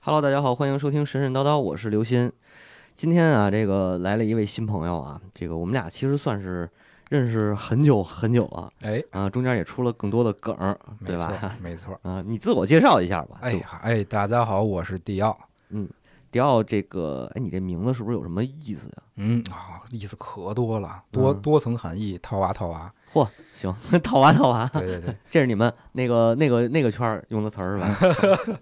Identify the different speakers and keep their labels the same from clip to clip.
Speaker 1: Hello，大家好，欢迎收听神神叨叨，我是刘鑫。今天啊，这个来了一位新朋友啊，这个我们俩其实算是认识很久很久了
Speaker 2: 哎，
Speaker 1: 啊，中间也出了更多的梗儿，
Speaker 2: 没
Speaker 1: 对
Speaker 2: 错
Speaker 1: 吧？
Speaker 2: 没错。
Speaker 1: 啊，你自我介绍一下吧。
Speaker 2: 哎
Speaker 1: 就，
Speaker 2: 哎，大家好，我是迪奥。
Speaker 1: 迪奥这个，哎，你这名字是不是有什么意思呀？
Speaker 2: 嗯啊、意思可多了，多、
Speaker 1: 嗯
Speaker 2: 多层含义，套娃套娃。
Speaker 1: 嚯，行， 套娃套娃，
Speaker 2: 对 对对，
Speaker 1: 这是你们那个那个那个圈儿用的词儿是 吧？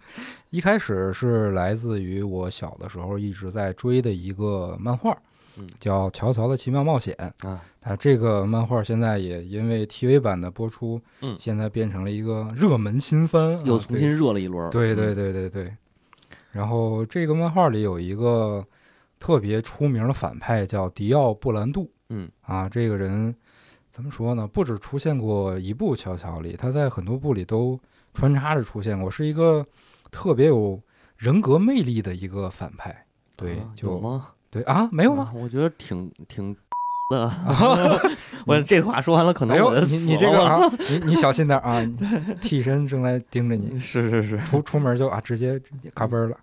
Speaker 2: 一开始是来自于我小的时候一直在追的一个漫画
Speaker 1: 嗯，
Speaker 2: 叫《乔乔的奇妙冒险》。
Speaker 1: 啊，
Speaker 2: 啊，这个漫画现在也因为 TV 版的播出，
Speaker 1: 嗯
Speaker 2: 现在变成了一个热门新番，
Speaker 1: 又
Speaker 2: 啊
Speaker 1: 重新热了一轮儿。
Speaker 2: 对对
Speaker 1: 嗯，
Speaker 2: 对对对。然后这个漫画里有一个特别出名的反派叫迪奥布兰度，
Speaker 1: 嗯
Speaker 2: 啊，这个人怎么说呢？不止出现过一部《乔乔》里，他在很多部里都穿插着出现过，是一个特别有人格魅力的一个反派。
Speaker 1: 啊
Speaker 2: 对，
Speaker 1: 有
Speaker 2: 就
Speaker 1: 吗？
Speaker 2: 对啊，没有吗？
Speaker 1: 啊我觉得挺 挺的。 我这话说完了，可
Speaker 2: 哎
Speaker 1: 能我
Speaker 2: 呦，
Speaker 1: 就
Speaker 2: 你
Speaker 1: 死
Speaker 2: 你这
Speaker 1: 了
Speaker 2: 个
Speaker 1: 我
Speaker 2: 啊
Speaker 1: 操，
Speaker 2: 你你小心点啊！你替身正在盯着 你，
Speaker 1: 是是是。
Speaker 2: 出出门就啊，直接嘎嘣儿了。啊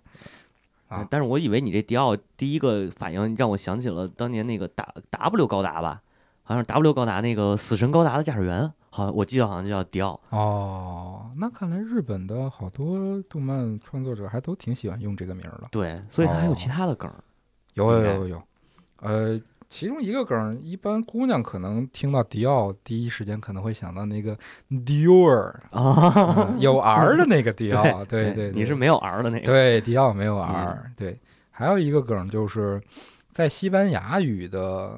Speaker 1: 呃但是我以为你这迪奥第一个反应让我想起了当年那个 W W 高达吧，好像是 W 高达那个死神高达的驾驶员，好像我记得好像就叫迪奥。
Speaker 2: 哦，那看来日本的好多动漫创作者还都挺喜欢用这个名儿的。
Speaker 1: 对，所以他还有
Speaker 2: 哦
Speaker 1: 其他的梗儿。
Speaker 2: 有有
Speaker 1: 应该
Speaker 2: 有有有，呃，其中一个梗儿，一般姑娘可能听到迪奥，第一时间可能会想到那个 Dior，、
Speaker 1: 啊，
Speaker 2: 嗯有 R 的那个迪 奥，对对，
Speaker 1: 你是
Speaker 2: 对
Speaker 1: 没嗯有 R 的那个。啊
Speaker 2: 对迪奥没有 R，、对。还有一个梗儿就是在西班牙语的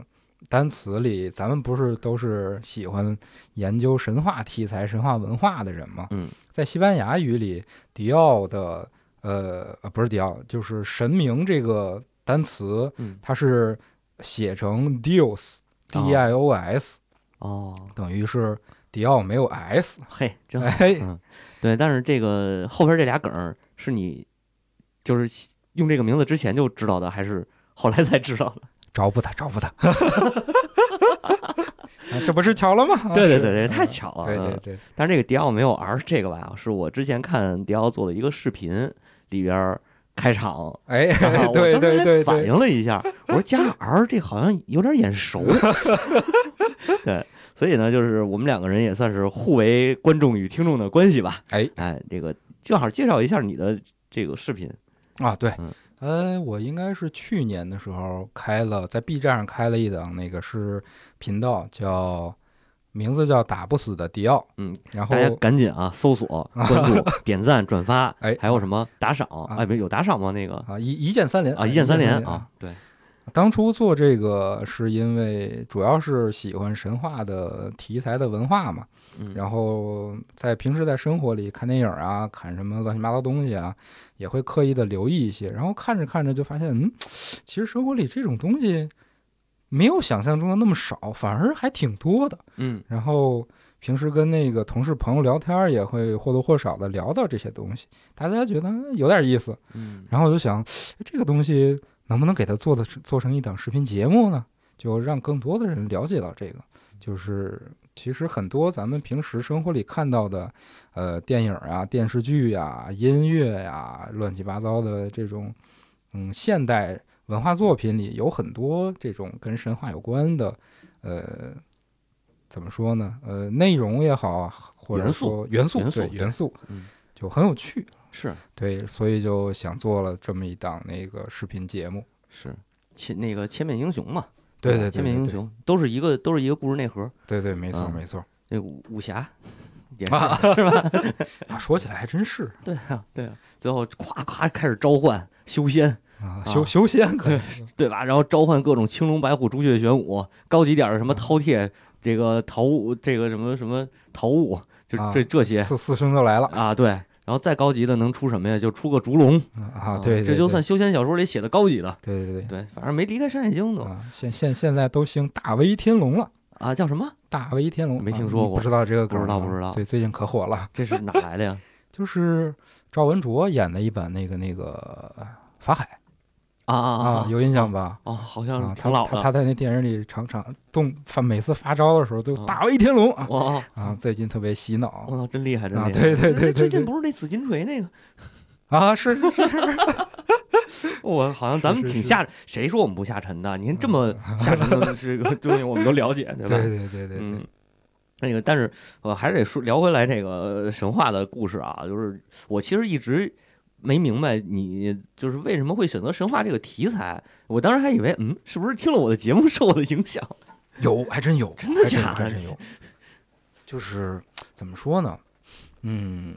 Speaker 2: 单词里，咱们不是都是喜欢研究神话题材、神话文化的人吗？
Speaker 1: 嗯，
Speaker 2: 在西班牙语里，迪奥的呃呃不是迪奥，就是神明这个单词，
Speaker 1: 嗯，
Speaker 2: 它是写成 Dios D I O S，、
Speaker 1: 哦，
Speaker 2: 等于是迪奥没有 S。
Speaker 1: 嘿，真好。
Speaker 2: 哎，
Speaker 1: 嗯，对，但是这个后边这俩梗儿是你就是用这个名字之前就知道的，还是后来才知道的？
Speaker 2: 找不他，找不他。啊这不是巧了吗？
Speaker 1: 对对
Speaker 2: 是
Speaker 1: 对对，
Speaker 2: 嗯
Speaker 1: 太巧了。
Speaker 2: 对
Speaker 1: 嗯
Speaker 2: 对对，
Speaker 1: 但是这个迪奥没有 R 这个吧，是我之前看迪奥做的一个视频里边儿开场，
Speaker 2: 哎，
Speaker 1: 然后啊我
Speaker 2: 对
Speaker 1: 当时
Speaker 2: 对
Speaker 1: 还
Speaker 2: 对
Speaker 1: 反
Speaker 2: 对，
Speaker 1: 应了一下，我说加 R 这好像有点眼熟。 对，所以呢，就是我们两个人也算是互为观众与听众的关系吧。
Speaker 2: 哎
Speaker 1: 哎，这个正好介绍一下你的这个视频。
Speaker 2: 啊对
Speaker 1: 嗯，
Speaker 2: 呃，我应该是去年的时候开了，在 B 站上开了一档，那个是频道叫名字叫打不死的迪奥，
Speaker 1: 嗯，
Speaker 2: 然后
Speaker 1: 大家赶紧啊，搜索、关注、点赞、转发，
Speaker 2: 哦 哎
Speaker 1: 还有什么打赏？
Speaker 2: 啊
Speaker 1: 哎，没有打赏吗？那个
Speaker 2: 啊一一键三连
Speaker 1: 啊，一键三连
Speaker 2: 啊
Speaker 1: 啊，，对，
Speaker 2: 当初做这个是因为主要是喜欢神话的题材的文化嘛，
Speaker 1: 嗯，
Speaker 2: 然后在平时在生活里看电影啊，看什么乱七八糟东西啊，也会刻意的留意一些，然后看着看着就发现，嗯，其实生活里这种东西没有想象中的那么少，反而还挺多的。
Speaker 1: 嗯
Speaker 2: 然后平时跟那个同事朋友聊天儿也会或多或少的聊到这些东西，大家觉得嗯有点意思，
Speaker 1: 嗯
Speaker 2: 然后我就想，哎这个东西能不能给它做的做成一档视频节目呢？就让更多的人了解到这个，就是其实很多咱们平时生活里看到的，呃，电影啊、电视剧呀、音乐呀、乱七八糟的这种，嗯，现代文化作品里有很多这种跟神话有关的，呃，怎么说呢？呃，内容也好，或者
Speaker 1: 元素
Speaker 2: 说元素，
Speaker 1: 元素
Speaker 2: 对
Speaker 1: 对
Speaker 2: 元素，
Speaker 1: 嗯
Speaker 2: 就很有趣。
Speaker 1: 是。
Speaker 2: 对，所以就想做了这么一档那个视频节目。
Speaker 1: 是千那个千面英雄嘛，
Speaker 2: 对
Speaker 1: 吧
Speaker 2: 对对
Speaker 1: 千面英
Speaker 2: 对
Speaker 1: 雄都是一个都是一个故事内核，
Speaker 2: 对对，没错
Speaker 1: 嗯
Speaker 2: 没错
Speaker 1: 那个武武 侠也是、
Speaker 2: 啊
Speaker 1: 是吧？
Speaker 2: 啊，说起来还真是
Speaker 1: 对啊，对啊，最后夸夸开始召唤修仙，
Speaker 2: 啊，修修 仙可以
Speaker 1: 对吧？然后召唤各种青龙白虎、朱雀玄武，高级点儿的什么饕餮，这个桃物，这个什么什么桃物，就
Speaker 2: 啊
Speaker 1: 这这些
Speaker 2: 四四声就来了
Speaker 1: 啊，对。然后再高级的能出什么呀？就出个烛龙
Speaker 2: 啊，对，
Speaker 1: 这
Speaker 2: 对
Speaker 1: 就
Speaker 2: 对
Speaker 1: 算修仙小说里写的高级的。
Speaker 2: 对对对
Speaker 1: 对，反正没离开《山海经》都
Speaker 2: 啊，现现现在都兴大威天龙了，
Speaker 1: 啊，叫什么？
Speaker 2: 大威天龙
Speaker 1: 没
Speaker 2: 啊
Speaker 1: 听说
Speaker 2: 你
Speaker 1: 过
Speaker 2: 不知道这个梗
Speaker 1: 不知道
Speaker 2: 吗
Speaker 1: 不知道
Speaker 2: 最最近可火了，
Speaker 1: 这 是哪来的呀？
Speaker 2: 就是赵文卓演的一版那个那个法海
Speaker 1: 啊啊
Speaker 2: 啊，有印象吧？
Speaker 1: 哦，好像
Speaker 2: 啊，
Speaker 1: 挺
Speaker 2: 他
Speaker 1: 老
Speaker 2: 他
Speaker 1: 了。
Speaker 2: 他在那电影里常常动发，每次发招的时候就
Speaker 1: 啊
Speaker 2: 大威天龙啊
Speaker 1: 哇，
Speaker 2: 啊，最近特别洗脑
Speaker 1: 嗯我操，真厉害，真厉
Speaker 2: 啊，
Speaker 1: 害！
Speaker 2: 对
Speaker 1: 哎
Speaker 2: 对对
Speaker 1: 最
Speaker 2: 对对
Speaker 1: 近。不是那紫金锤那个
Speaker 2: 啊，是是是，
Speaker 1: 我好像咱们
Speaker 2: 是是
Speaker 1: 挺
Speaker 2: 是嗯
Speaker 1: 下，谁说我们不下沉的？你看这么 下沉的这个东西，我们都了解，对
Speaker 2: 对
Speaker 1: 吧？
Speaker 2: 对对对对
Speaker 1: 嗯，那个，但是我还是得说聊回来这个神话的故事啊，就是我其实一直没明白你就是为什么会选择神话这个题材。我当时还以为，嗯，是不是听了我的节目受我的影响？
Speaker 2: 有还真有，
Speaker 1: 真的
Speaker 2: 还真有
Speaker 1: 假的
Speaker 2: 还真有， 就是怎么说呢？嗯，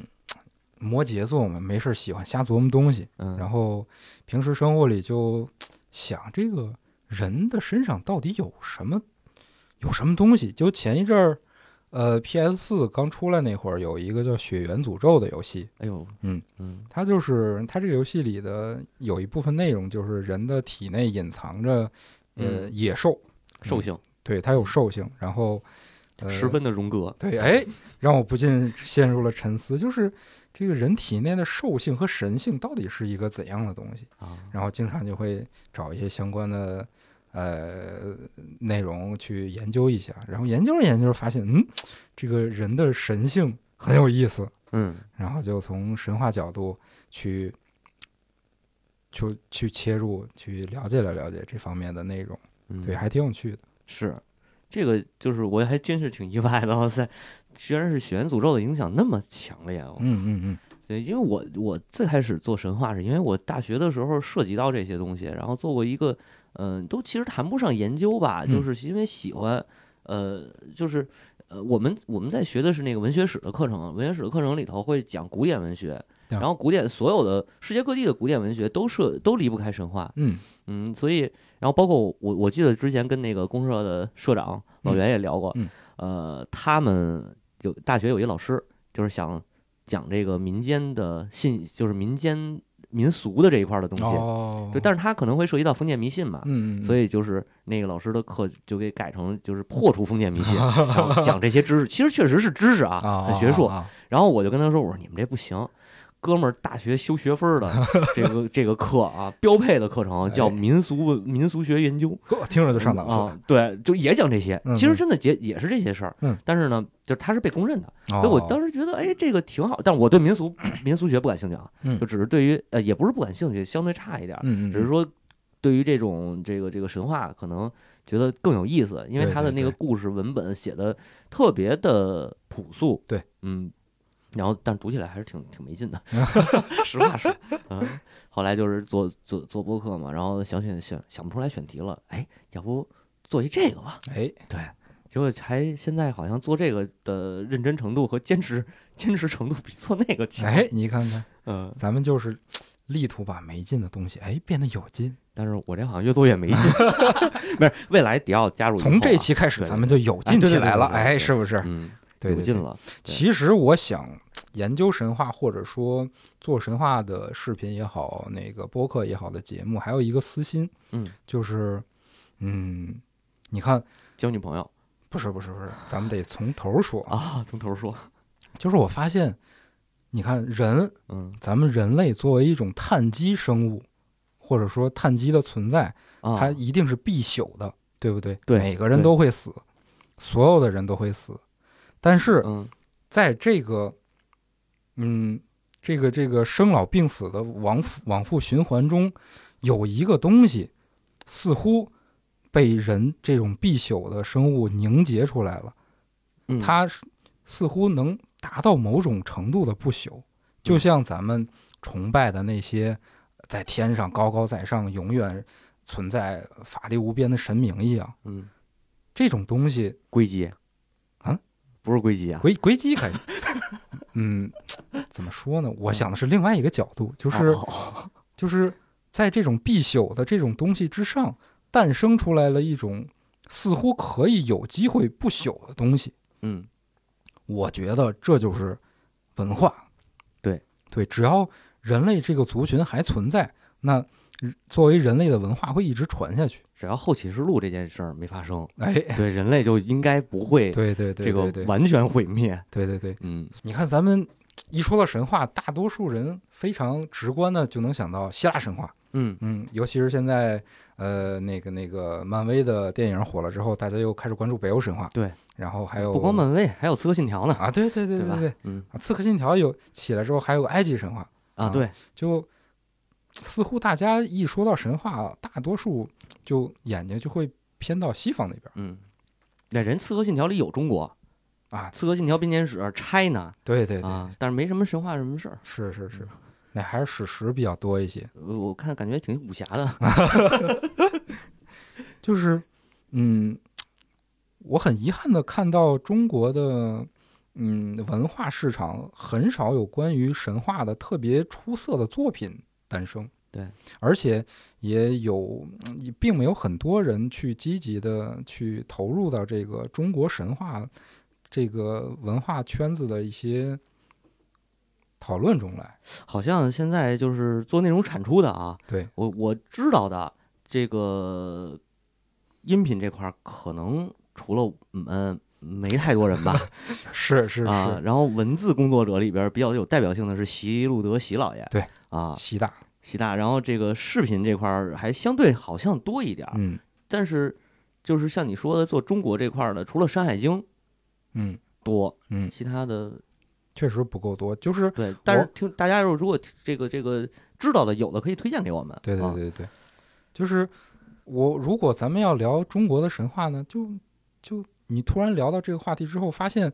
Speaker 2: 摩羯座嘛，没事儿喜欢瞎琢磨东西，
Speaker 1: 嗯，
Speaker 2: 然后平时生活里就想这个人的身上到底有什么有什么东西。就前一阵儿，呃，PS 四刚出来那会儿，有一个叫《血缘诅咒》的游戏，
Speaker 1: 哎呦，
Speaker 2: 嗯
Speaker 1: 嗯
Speaker 2: 它就是它这个游戏里的有一部分内容就是人的体内隐藏着呃、
Speaker 1: 嗯
Speaker 2: 野兽，
Speaker 1: 兽性、
Speaker 2: 对，它有兽性，然后。呃、
Speaker 1: 十分的荣格，
Speaker 2: 对，哎，让我不禁陷入了沉思，就是这个人体内的兽性和神性到底是一个怎样的东西？
Speaker 1: 啊
Speaker 2: 然后经常就会找一些相关的呃内容去研究一下，然后研究着研究着发现，嗯，这个人的神性很有意思，
Speaker 1: 嗯
Speaker 2: 然后就从神话角度去去去切入，去了解了了解这方面的内容，
Speaker 1: 嗯，
Speaker 2: 对，还挺有趣的。
Speaker 1: 是这个，就是我还真是挺意外的，哇塞，居然是血缘诅咒的影响那么强烈哦。
Speaker 2: 嗯嗯嗯，
Speaker 1: 对，因为我我最开始做神话是因为我大学的时候涉及到这些东西，然后做过一个，嗯、都其实谈不上研究吧，就
Speaker 2: 嗯
Speaker 1: 是因为喜欢，呃，就是呃，我们我们在学的是那个文学史的课程，文学史的课程里头会讲古典文学，
Speaker 2: 啊
Speaker 1: 然后古典所有的世界各地的古典文学都涉都离不开神话，
Speaker 2: 嗯
Speaker 1: 嗯，所以，然后包括我，我记得之前跟那个公社的社长老
Speaker 2: 嗯
Speaker 1: 袁也聊过，
Speaker 2: 嗯
Speaker 1: 呃，他们有大学有一老师，就是想讲这个民间的信，就是民间民俗的这一块儿的东西，
Speaker 2: 哦，
Speaker 1: 对，但是他可能会涉及到封建迷信嘛，
Speaker 2: 嗯，嗯
Speaker 1: 所以就是那个老师的课就给改成就是破除封建 迷信，然后讲这些知识，其实确实是知识啊，
Speaker 2: 啊，
Speaker 1: 很学术，
Speaker 2: 啊，啊
Speaker 1: 然后我就跟他说：“我说你们这不行，哥们儿，大学修学分 儿的这个这个课啊，标配的课程叫
Speaker 2: 哎
Speaker 1: 民俗文民俗学研究，
Speaker 2: 呵听着就上档次
Speaker 1: 啊。对，就也讲这些，
Speaker 2: 嗯
Speaker 1: 其实
Speaker 2: 嗯
Speaker 1: 真的也也是这些事儿。
Speaker 2: 嗯
Speaker 1: 但是呢，就是他是被公认的，
Speaker 2: 哦
Speaker 1: 嗯所以我当时觉得，哎，这个挺好。但我对民俗民俗学不感兴趣啊，
Speaker 2: 嗯
Speaker 1: 就只是对于呃，也不是不感兴趣，相对差一点儿，
Speaker 2: 嗯嗯，
Speaker 1: 只是说对于这种这个这个神话可能。”觉得更有意思，因为
Speaker 2: 对
Speaker 1: 他的
Speaker 2: 对
Speaker 1: 那个
Speaker 2: 对
Speaker 1: 故事文本写的特别的朴素，
Speaker 2: 对，
Speaker 1: 嗯，然后但读起来还是挺挺没 劲的，实话说，嗯，后来就是做做做播客嘛，然后想选选想不出来选题了，哎，要不做一这个吧？
Speaker 2: 哎，
Speaker 1: 对，结果还现在好像做这个的认真程度和坚持坚持程度比做那个强，
Speaker 2: 哎，你看看，
Speaker 1: 嗯，
Speaker 2: 咱们就是力图把没劲的东西，哎，变得有劲。
Speaker 1: 但是我这好像越做越没 劲，不是未来迪奥加入以后啊
Speaker 2: 从这期开始，
Speaker 1: 对对
Speaker 2: 咱们就有劲起来了，
Speaker 1: 哎对对对对对
Speaker 2: 哎，是不是？
Speaker 1: 嗯
Speaker 2: 对
Speaker 1: 有
Speaker 2: 对
Speaker 1: 劲
Speaker 2: 对。
Speaker 1: 了，对
Speaker 2: 其实我想研究神话，或者说做神话的视频也好，那个播客也好的节目，还有一个私心，
Speaker 1: 嗯，
Speaker 2: 就是，嗯，你看，
Speaker 1: 交女朋友
Speaker 2: 不是不是不是，咱们得从头说，
Speaker 1: 啊，从头说，
Speaker 2: 就是我发现，你看人
Speaker 1: 嗯
Speaker 2: 咱们人类作为一种碳基生物，或者说碳基的存在，
Speaker 1: 啊，
Speaker 2: 它一定是必朽的，对不对？
Speaker 1: 对
Speaker 2: 每个人都会死，所有的人都会死。但是
Speaker 1: 嗯
Speaker 2: 在这个，嗯，这个这个生老病死的往复往复循环中，有一个东西似乎被人这种必朽的生物凝结出来了。
Speaker 1: 嗯，
Speaker 2: 它是似乎能达到某种程度的不朽，就像咱们崇拜的那些在天上高高在上、永远存在、法力无边的神明一样。
Speaker 1: 嗯
Speaker 2: 这种东西
Speaker 1: 归基
Speaker 2: 啊，
Speaker 1: 不是归基啊，
Speaker 2: 归归基还，嗯，怎么说呢？我想的是另外一个角度，就
Speaker 1: 不
Speaker 2: 是就是在这种必朽的这种东西之上，诞生出来了一种似乎可以有机会不朽的东西。
Speaker 1: 嗯
Speaker 2: 我觉得这就是文化。
Speaker 1: 对
Speaker 2: 对，只要人类这个族群还存在，那人作为人类的文化会一直传下去。
Speaker 1: 只要后启示录这件事儿没发生，
Speaker 2: 哎，
Speaker 1: 对人类就应该不会
Speaker 2: 对对对
Speaker 1: 这
Speaker 2: 对
Speaker 1: 个
Speaker 2: 对
Speaker 1: 完全毁灭。
Speaker 2: 对对对，
Speaker 1: 嗯，
Speaker 2: 你看咱们一说到神话，大多数人非常直观的就能想到希腊神话。
Speaker 1: 嗯，
Speaker 2: 嗯，尤其是现在，呃，那个那个漫威的电影火了之后，大家又开始关注北欧神话。
Speaker 1: 对，
Speaker 2: 然后还有
Speaker 1: 不光漫威，还有《刺客信条》呢，
Speaker 2: 哦啊，对对对
Speaker 1: 吧
Speaker 2: 对对，？
Speaker 1: 嗯，
Speaker 2: 啊，刺客信条有起来之后，还有个埃及神话。
Speaker 1: 啊，
Speaker 2: 啊
Speaker 1: 对，
Speaker 2: 就似乎大家一说到神话，大多数就眼睛就会偏到西方那边儿。
Speaker 1: 嗯，那人《刺客信条》里有中国
Speaker 2: 啊
Speaker 1: 《刺客信条》编年史 China
Speaker 2: 对对对，
Speaker 1: 啊，但是没什么神话什么事儿，
Speaker 2: 是是是，那还是史实比较多一些。
Speaker 1: 呃我看感觉挺武侠的，
Speaker 2: 就是，嗯，我很遗憾的看到中国的，嗯，文化市场很少有关于神话的特别出色的作品诞生。
Speaker 1: 对，
Speaker 2: 而且也有，嗯也并没有很多人去积极的去投入到这个中国神话这个文化圈子的一些讨论中来。
Speaker 1: 好像现在就是做内容产出的啊，
Speaker 2: 对
Speaker 1: 我我知道的这个音频这块儿，可能除了我们没太多人吧
Speaker 2: 是 是
Speaker 1: 啊，，然后文字工作者里边儿比较有代表性的是席路德席老爷，
Speaker 2: 对
Speaker 1: 啊，
Speaker 2: 习大，
Speaker 1: 习大，然后这个视频这块儿还相对好像多一点儿，
Speaker 2: 嗯
Speaker 1: 但是就是像你说的，做中国这块儿的，除了《山海经》
Speaker 2: 嗯
Speaker 1: 多，
Speaker 2: 嗯，
Speaker 1: 其他的
Speaker 2: 确实不够多，就是。
Speaker 1: 对， 但是听大家如果这个这个知道的，有的可以推荐给我们，
Speaker 2: 对对
Speaker 1: 啊
Speaker 2: 对对，就是我如果咱们要聊中国的神话呢，就就你突然聊到这个话题之后，发现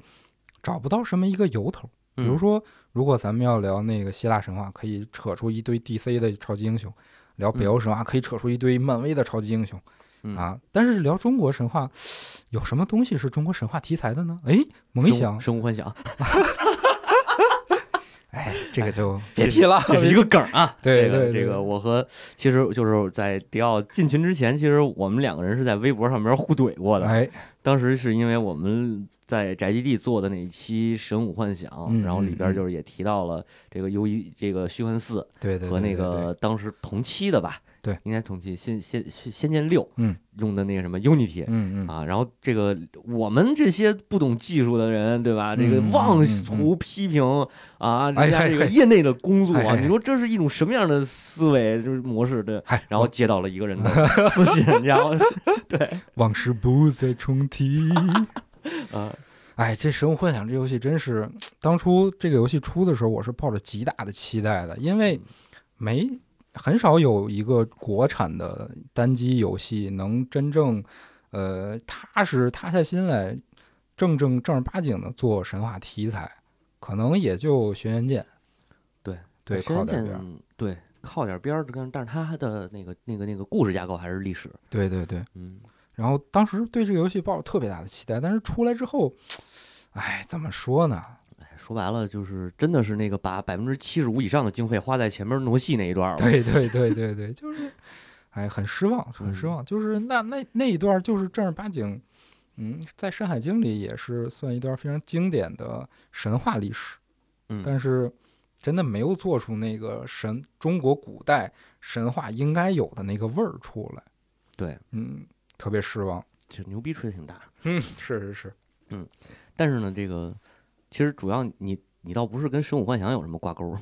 Speaker 2: 找不到什么一个由头。比如
Speaker 1: 嗯
Speaker 2: 说，如果咱们要聊那个希腊神话，可以扯出一堆 DC 的超级英雄；聊北
Speaker 1: 嗯
Speaker 2: 欧神话，可以扯出一堆漫威的超级英雄
Speaker 1: 嗯
Speaker 2: 啊。但是聊中国神话，有什么东西是中国神话题材的呢？哎，猛一
Speaker 1: 生
Speaker 2: 想，
Speaker 1: 生无幻想，
Speaker 2: 哎，这个就
Speaker 1: 别提
Speaker 2: 了
Speaker 1: 这是一个梗儿啊。
Speaker 2: 对
Speaker 1: 这个
Speaker 2: 对对
Speaker 1: 这个，我和其实就是在迪奥进群之前，其实我们两个人是在微博上面互怼过的。
Speaker 2: 哎，
Speaker 1: 当时是因为我们在宅基地做的那一期《神武幻想》
Speaker 2: 嗯
Speaker 1: 然后里边
Speaker 2: 嗯嗯
Speaker 1: 就是也提到了这个由于这个虚幻四
Speaker 2: 对对
Speaker 1: 和那
Speaker 2: 对对对
Speaker 1: 个当时同期的吧，
Speaker 2: 对，
Speaker 1: 应该同期《仙仙仙仙剑六》
Speaker 2: 嗯
Speaker 1: 用的那个什么 Unity。
Speaker 2: 嗯嗯，
Speaker 1: 啊，然后这个我们这些不懂技术的人，对吧？这个
Speaker 2: 嗯嗯
Speaker 1: 妄
Speaker 2: 嗯嗯
Speaker 1: 图批评啊，
Speaker 2: 哎
Speaker 1: 人家
Speaker 2: 嘿
Speaker 1: 这个
Speaker 2: 嘿
Speaker 1: 业内的工作
Speaker 2: 嘿
Speaker 1: 啊，
Speaker 2: 嘿
Speaker 1: 你说这是一种什么样的思维就是模式？对，
Speaker 2: 嗨，
Speaker 1: 然后接到了一个人 的私信，然后对，
Speaker 2: 往事不再重提。
Speaker 1: 啊，
Speaker 2: 哎，这《神武幻想》这游戏真是，当初这个游戏出的时候，我是抱着极大的期待的，因
Speaker 1: 嗯
Speaker 2: 为没很少有一个国产的单机游戏能真正，呃，踏实踏下心来，正正正儿八经的做神话题材，可能也就《轩辕剑》
Speaker 1: 对
Speaker 2: 对，
Speaker 1: 轩
Speaker 2: 靠
Speaker 1: 辕
Speaker 2: 点边儿，
Speaker 1: 剑对靠点边儿，但但是它的那个那个那个故事架构还是历史，
Speaker 2: 对对对。
Speaker 1: 嗯，
Speaker 2: 然后当时对这个游戏抱有特别大的期待，但是出来之后，哎，怎么 说呢？
Speaker 1: 哎说白了就是真的是那个把百分之七十五以上的经费花在前面挪戏那一段儿了，
Speaker 2: 对对对对对，就是，哎，很失望，很
Speaker 1: 嗯
Speaker 2: 失望。就是那那那一段就是正儿八经，嗯，在《山海经》里也是算一段非常经典的神话历史，
Speaker 1: 嗯，
Speaker 2: 但是真的没有做出那个神中国古代神话应该有的那个味儿出来。
Speaker 1: 对，
Speaker 2: 嗯，特别失 望。
Speaker 1: 这牛逼吹的挺大，
Speaker 2: 嗯，是是是，
Speaker 1: 但是呢，这个其实主要你你倒不是跟《神武幻想》有什么挂钩 儿，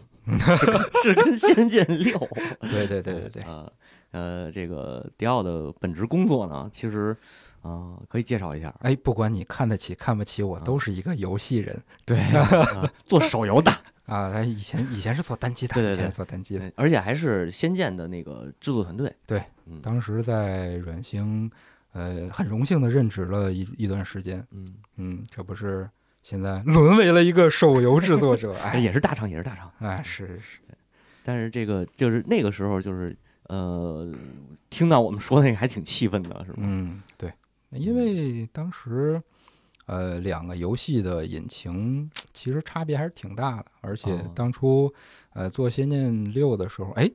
Speaker 1: 是跟《是跟仙剑六》
Speaker 2: 对 对对对对，
Speaker 1: 啊呃，这个迪奥的本职工作呢，其实啊、可以介绍一下，
Speaker 2: 哎，不管你看得起看不起我，都是一个游戏人
Speaker 1: 嗯 对啊做手游的，
Speaker 2: 啊。哎以前以前是做单机的，
Speaker 1: 对对
Speaker 2: 以前
Speaker 1: 对
Speaker 2: 是做单机的。
Speaker 1: 对而且还是《仙剑》的那个制作团队，
Speaker 2: 对，
Speaker 1: 嗯
Speaker 2: 当时在软星，呃，很荣幸的任职了一一段时间。
Speaker 1: 嗯，
Speaker 2: 嗯，这不是现在 沦为了一个手游制 作者，哎，
Speaker 1: 也是大厂，也是大厂，
Speaker 2: 哎，是是，
Speaker 1: 但是这个就是那个时候就是呃，听到我们说那个还挺气愤的，是吧？
Speaker 2: 嗯，对，因为当时，呃，两个游戏的引擎其实差别还是挺大的，而且
Speaker 1: 哦
Speaker 2: 当初，呃，做《仙剑六》的时候，哎。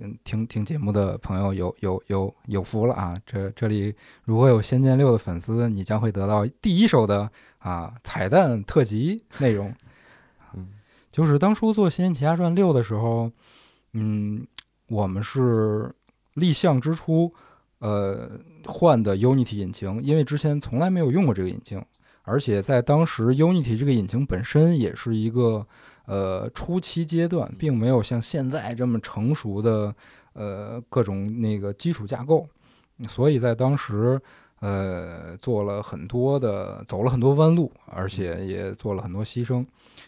Speaker 2: 嗯，听听节目的朋友有有有有福了啊！这这里如果有《仙剑六》的粉丝，你将会得到第一手的啊彩蛋特辑内容。
Speaker 1: 嗯，
Speaker 2: 就是当初做《仙剑奇侠传六》的时候，嗯，我们是立项之初，呃，换的 Unity 引擎，因为之前从来没有用过这个引擎，而且在当时 Unity 这个引擎本身也是一个呃初期阶段，并没有像现在这么成熟的呃各种那个基础架构，所以在当时。呃，做了很多的，走了很多弯路，而且也做了很多牺牲，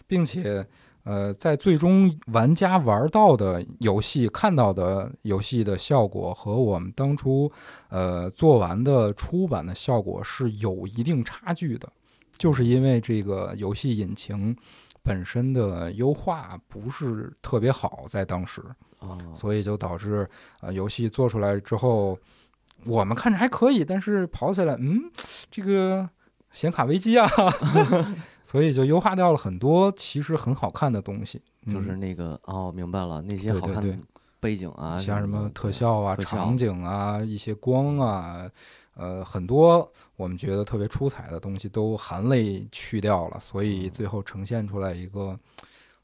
Speaker 2: 并且呃，在最终玩家玩到的游戏看到的游戏的效果和我们当初呃做完的出版的效果是有一定差距的，就是因为这个游戏引擎本身的优化不是特别好，在当时，
Speaker 1: 哦，
Speaker 2: 所以就导致呃游戏做出来之后，我们看着还可以，但是跑起来，嗯，这个显卡危机 啊，所以就优化掉了很多其实很好看的东西，嗯
Speaker 1: 就是那个哦，明白了，那些
Speaker 2: 对
Speaker 1: 好
Speaker 2: 对
Speaker 1: 看
Speaker 2: 对
Speaker 1: 的背景啊，
Speaker 2: 像什么
Speaker 1: 的
Speaker 2: 特，效啊、
Speaker 1: 特效
Speaker 2: 场景啊、一些光啊，呃，很多我们觉得特别出彩的东西都含泪去掉了，所以
Speaker 1: 嗯
Speaker 2: 最后呈现出来一个，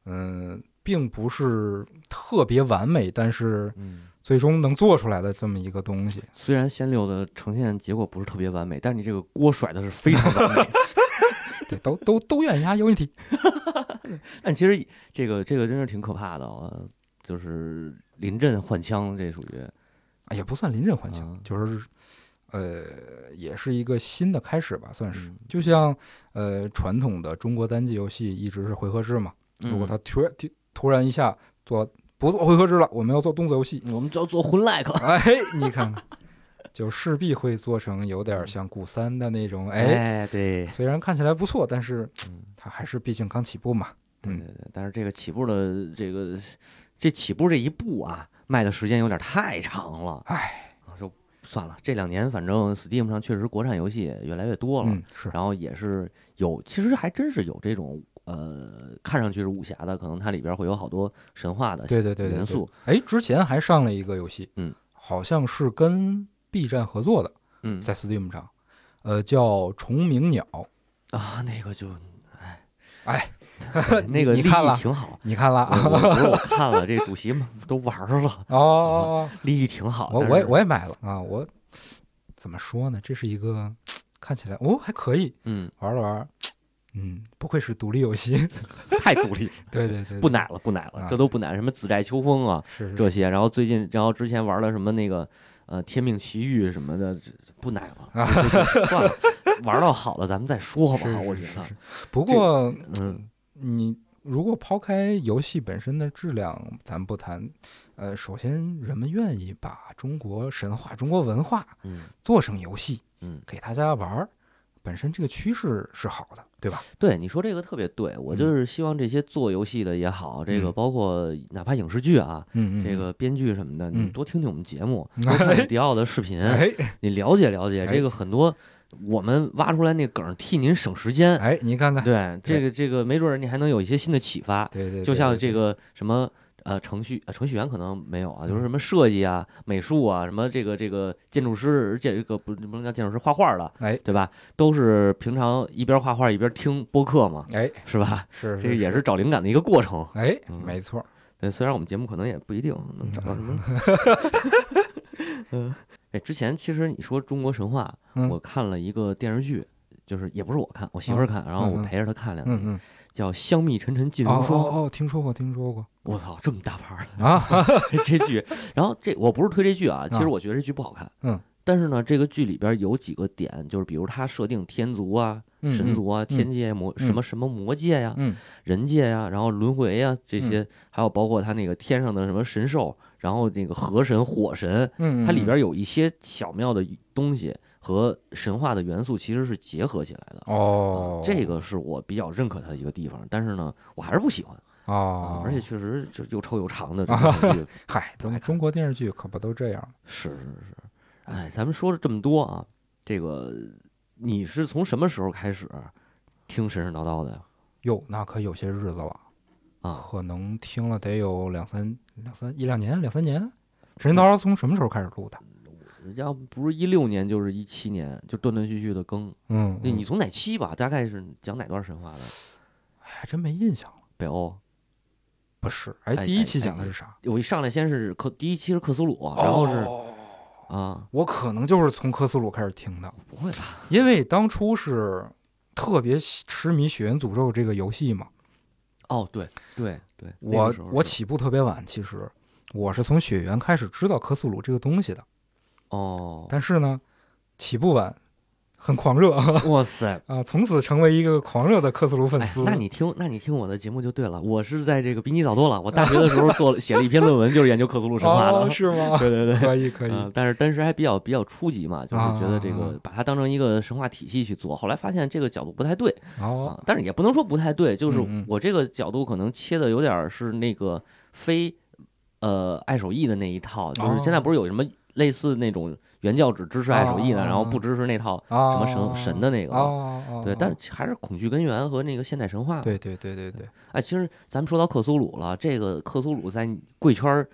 Speaker 2: 嗯、并不是特别完美，但是
Speaker 1: 嗯，
Speaker 2: 最终能做出来的这么一个东西。
Speaker 1: 虽然仙六的呈现结果不是特别完美，但是你这个锅甩的是非常完美。
Speaker 2: 对，都都都愿意压有问题。
Speaker 1: 但其实这个这个真是挺可怕的，我就是临阵换枪，这属于
Speaker 2: 啊也不算临阵换枪，
Speaker 1: 啊
Speaker 2: 就是呃，也是一个新的开始吧，算是。
Speaker 1: 嗯
Speaker 2: 就像呃，传统的中国单机游戏一直是回合制嘛，如
Speaker 1: 嗯
Speaker 2: 果他突然突突然一下做不做回合制了，我们要做动作游戏，
Speaker 1: 嗯我们就要做魂 like，
Speaker 2: 哎，你看看，就势必会做成有点像古三的那种，哎，
Speaker 1: 哎，对，
Speaker 2: 虽然看起来不错，但是
Speaker 1: 嗯
Speaker 2: 它还是毕竟刚起步嘛。
Speaker 1: 对
Speaker 2: 嗯
Speaker 1: 对对，但是这个起步的这个这起步这一步啊，卖的时间有点太长了，啊
Speaker 2: 唉，
Speaker 1: 就算了。这两年反正 Steam 上确实国产游戏也越来越多了，
Speaker 2: 嗯，是，
Speaker 1: 然后也是有，其实还真是有这种呃，看上去是武侠的，可能它里边会有好多神话的
Speaker 2: 对对对对
Speaker 1: 元素，。
Speaker 2: 对哎，之前还上了一个游戏，
Speaker 1: 嗯，
Speaker 2: 好像是跟 B 站合作的，
Speaker 1: 嗯
Speaker 2: 在 Steam 上，呃，叫《虫鸣鸟》。
Speaker 1: 啊，那个就
Speaker 2: 哎，
Speaker 1: 那个
Speaker 2: 你
Speaker 1: 立
Speaker 2: 看
Speaker 1: 意
Speaker 2: 了
Speaker 1: 挺 好。
Speaker 2: 你看了
Speaker 1: 我
Speaker 2: 啊？
Speaker 1: 我不是我看了，这主席们都玩儿了，
Speaker 2: 哦哦，哦
Speaker 1: 立意挺嗯好。
Speaker 2: 我
Speaker 1: 但
Speaker 2: 我也
Speaker 1: 是
Speaker 2: 我也买了啊，我怎么说呢？这是一个看起来哦还可以
Speaker 1: 嗯，
Speaker 2: 玩了玩，嗯，不愧是独立游戏，
Speaker 1: 太独立，
Speaker 2: 对对对，
Speaker 1: 不奶了，不奶了
Speaker 2: 啊，
Speaker 1: 这都不奶，什么紫寨秋风啊，
Speaker 2: 是是
Speaker 1: 这些。然后最近，然后之前玩了什么那个呃《天命奇遇》什么的，这不奶了，就就算了，玩到好了咱们再说吧
Speaker 2: 啊 是。
Speaker 1: 我觉
Speaker 2: 是是
Speaker 1: 得
Speaker 2: 是，不过
Speaker 1: 嗯
Speaker 2: 你如果抛开游戏本身的质量，咱不谈，呃，首先人们愿意把中国神话、中国文化
Speaker 1: 嗯，
Speaker 2: 做成游戏，
Speaker 1: 嗯，
Speaker 2: 给大家玩儿，本身这个趋势是好的，对吧？
Speaker 1: 对，你说这个特别对，我就
Speaker 2: 嗯
Speaker 1: 是希望这些做游戏的也好，这个
Speaker 2: 嗯
Speaker 1: 包括哪怕影视剧啊，
Speaker 2: 嗯嗯，
Speaker 1: 这个编剧什么的，你
Speaker 2: 嗯
Speaker 1: 多听听我们节 目，
Speaker 2: 嗯
Speaker 1: 多看看迪奥的视频，
Speaker 2: 哎
Speaker 1: 你了解了解
Speaker 2: 哎
Speaker 1: 这个很多，我们挖出来那梗儿替您省时间。
Speaker 2: 哎，你看看，
Speaker 1: 对，这个这个没准儿你还能有一些新的启发，
Speaker 2: 对对对，
Speaker 1: 就像
Speaker 2: 对
Speaker 1: 这
Speaker 2: 对
Speaker 1: 个什么。呃，程序、呃、程序员可能没有啊，就是
Speaker 2: 嗯
Speaker 1: 什么设计啊、美术啊，什么这个这个建筑师、建这个不不能叫建筑师，画画的，
Speaker 2: 哎
Speaker 1: 对吧？都是平常一边画画一边听播客嘛，
Speaker 2: 哎
Speaker 1: 是吧？
Speaker 2: 是
Speaker 1: 这个也是找灵感的一个过程。
Speaker 2: 哎，
Speaker 1: 嗯
Speaker 2: 没错儿，
Speaker 1: 对，虽然我们节目可能也不一定能找到什么。 嗯， 哎，之前其实你说中国神话，
Speaker 2: 嗯
Speaker 1: 我看了一个电视剧，就是也不是我看，我媳妇儿看，然后我
Speaker 2: 嗯嗯
Speaker 1: 陪着她看两
Speaker 2: 嗯
Speaker 1: 集，
Speaker 2: 嗯，
Speaker 1: 叫《香蜜沉沉烬
Speaker 2: 哦
Speaker 1: 如霜》。
Speaker 2: 哦哦，听说过，听说过
Speaker 1: 我操，这么大牌儿
Speaker 2: 啊，
Speaker 1: 的这剧，然后这我不是推这剧啊，其实我觉得这剧不好看。
Speaker 2: 嗯。
Speaker 1: 但是呢，这个剧里边有几个点，就是比如它设定天族啊、
Speaker 2: 嗯
Speaker 1: 神族，啊、天界魔什么什么魔界呀、
Speaker 2: 嗯
Speaker 1: 人界呀、然后轮回呀、这些，还有包括它那个天上的什么神兽，然后那个河神、火神，
Speaker 2: 嗯，嗯
Speaker 1: 它里边
Speaker 2: 嗯
Speaker 1: 有一些巧妙的东西和神话的元素其实是结合起来的。
Speaker 2: 哦
Speaker 1: 啊，这个是我比较认可它的一个地方，但是呢，我还是不喜欢啊，，
Speaker 2: 哦
Speaker 1: 而且确实就又臭又长 的这个剧，
Speaker 2: 嗨，咱们中国电视剧可不都这样吗？
Speaker 1: 是是是，哎，咱们说了这么多啊，这个你是从什么时候开始听神神叨叨的呀？
Speaker 2: 哟，那可有些日子了，
Speaker 1: 啊，
Speaker 2: 可能听了得有两三两三一两年，两三年。神叨叨从什么时候开始录的？
Speaker 1: 要不是一六年就是一七年，就断断续续的更。
Speaker 2: 嗯，
Speaker 1: 那
Speaker 2: 嗯
Speaker 1: 你从哪期吧？大概是讲哪段神话的？
Speaker 2: 哎还真没印象了。
Speaker 1: 北欧。
Speaker 2: 不是，哎，
Speaker 1: 哎
Speaker 2: 第一期
Speaker 1: 哎
Speaker 2: 讲的
Speaker 1: 哎
Speaker 2: 是啥？
Speaker 1: 我一上来先是克，第一期是克苏鲁，啊然后是、
Speaker 2: 哦
Speaker 1: 啊，
Speaker 2: 我可能就是从科斯鲁开始听的，
Speaker 1: 不会吧？
Speaker 2: 因为当初是特别喜痴迷《血源诅咒》这个游戏嘛。
Speaker 1: 哦，对对对，那
Speaker 2: 我
Speaker 1: 个时候
Speaker 2: 我
Speaker 1: 是
Speaker 2: 起步特别晚，其实我是从《血缘》开始知道科苏鲁这个东西的，
Speaker 1: 哦，
Speaker 2: 但是呢，起步晚，很狂热啊、
Speaker 1: 哇塞！
Speaker 2: 从此成为一个狂热的克苏鲁粉
Speaker 1: 哎
Speaker 2: 丝。，
Speaker 1: 那你听，那你听我的节目就对了。我是在这个比你早多了。我大学的时候做 了写了一篇论文，就是研究克苏鲁神话的。
Speaker 2: 哦，是 吗？
Speaker 1: 对对对，
Speaker 2: 可以可以，
Speaker 1: 嗯，但是当时还比较比较初级嘛，就是觉得这
Speaker 2: 啊啊
Speaker 1: 个把它当成一个神话体系去做。后来发现这个角度不太对
Speaker 2: 哦
Speaker 1: 啊，但是也不能说不太对，就是
Speaker 2: 嗯嗯
Speaker 1: 我这个角度可能切的有点儿是那个非呃爱手艺的那一套，就是现在
Speaker 2: 哦
Speaker 1: 不是有什么类似那种原教旨支持爱手艺的，
Speaker 2: 啊啊
Speaker 1: 然后
Speaker 2: 啊
Speaker 1: 不支持那套
Speaker 2: 啊，
Speaker 1: 什么神神的那个嘛。
Speaker 2: 哦哦，
Speaker 1: 对，但是还是恐惧根源和那个现代神话嘛
Speaker 2: 对对对对对，
Speaker 1: 哎，其实咱们说到克苏鲁了，这个克苏鲁在贵圈儿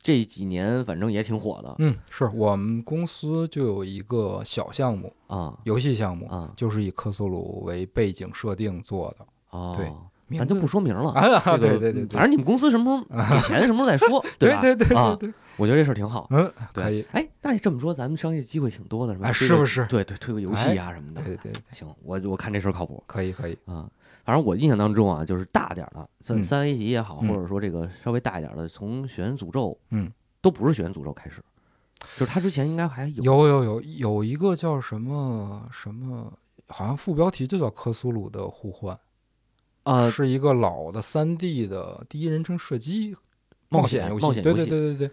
Speaker 1: 这几年反正也挺火的
Speaker 2: 嗯，是我们公司就有一个小项目，
Speaker 1: 啊
Speaker 2: 游戏项目，
Speaker 1: 啊
Speaker 2: 就是以克苏鲁为背景设定做的，
Speaker 1: 哦，
Speaker 2: 对名
Speaker 1: 咱就
Speaker 2: 字
Speaker 1: 不说名了。
Speaker 2: 啊，
Speaker 1: 这个
Speaker 2: 对对对，
Speaker 1: 嗯反正你们公司什么时 候给钱，什么时候再说，
Speaker 2: 对
Speaker 1: 吧？
Speaker 2: 对对对
Speaker 1: 啊
Speaker 2: 对，
Speaker 1: 我觉得这事儿挺好。
Speaker 2: 嗯，
Speaker 1: 对
Speaker 2: 可以，
Speaker 1: 哎，那你这么说，咱们商业机会挺多的，是吧？
Speaker 2: 哎，
Speaker 1: 推
Speaker 2: 是
Speaker 1: 个
Speaker 2: 不是？
Speaker 1: 对对，推个游戏啊什么
Speaker 2: 对
Speaker 1: 的。
Speaker 2: 对对，对
Speaker 1: 行，我我看这事儿靠谱
Speaker 2: 可以可以，
Speaker 1: 啊。反正我印象当中啊，就是大点儿的三
Speaker 2: 嗯
Speaker 1: 三 A 级也好，或
Speaker 2: 嗯
Speaker 1: 者说这个稍微大一点儿的，从《血源诅咒》
Speaker 2: 嗯，
Speaker 1: 都不是《血源诅咒》开始，就是他之前应该还有
Speaker 2: 有有有有一个叫什么什么，好像副标题就叫《科苏鲁的互换
Speaker 1: 啊》，
Speaker 2: 是一个老的三 D 的第一人称射击
Speaker 1: 冒
Speaker 2: 险
Speaker 1: 险
Speaker 2: 游
Speaker 1: 冒险
Speaker 2: 戏，对
Speaker 1: 游
Speaker 2: 对
Speaker 1: 戏，
Speaker 2: 对对对，